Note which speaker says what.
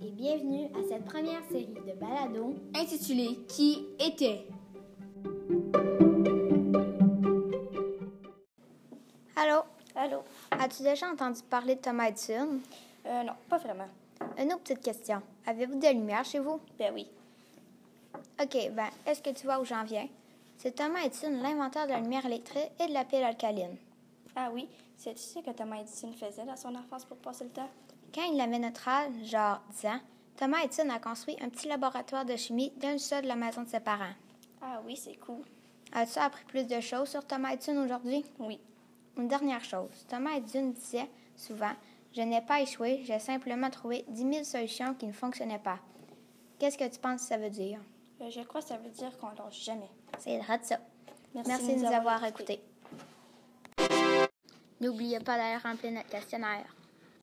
Speaker 1: Bienvenue à cette première série de baladons
Speaker 2: intitulé Qui était
Speaker 3: Allô,
Speaker 4: Allô?
Speaker 3: as-tu déjà entendu parler de Thomas Edison?
Speaker 4: Euh, non, pas vraiment.
Speaker 3: Une autre petite question. Avez-vous de la lumière chez vous?
Speaker 4: Ben oui.
Speaker 3: Ok, ben, est-ce que tu vois où j'en viens? C'est Thomas Edison, l'inventeur de la lumière électrique et de la pile alcaline.
Speaker 4: Ah oui, c'est ce que Thomas Edison faisait dans son enfance pour passer le temps?
Speaker 3: Quand il avait notre âge, genre 10 ans, Thomas Edison a construit un petit laboratoire de chimie dans le sol de la maison de ses parents.
Speaker 4: Ah oui, c'est cool.
Speaker 3: As-tu appris plus de choses sur Thomas Edison aujourd'hui?
Speaker 4: Oui.
Speaker 3: Une dernière chose, Thomas Edison disait souvent Je n'ai pas échoué, j'ai simplement trouvé 10 000 solutions qui ne fonctionnaient pas. Qu'est-ce que tu penses que ça veut dire?
Speaker 4: Euh, je crois que ça veut dire qu'on lâche jamais.
Speaker 3: C'est vrai de ça. Merci, de nous avoir écoutés. N'oubliez pas d'aller remplir notre questionnaire.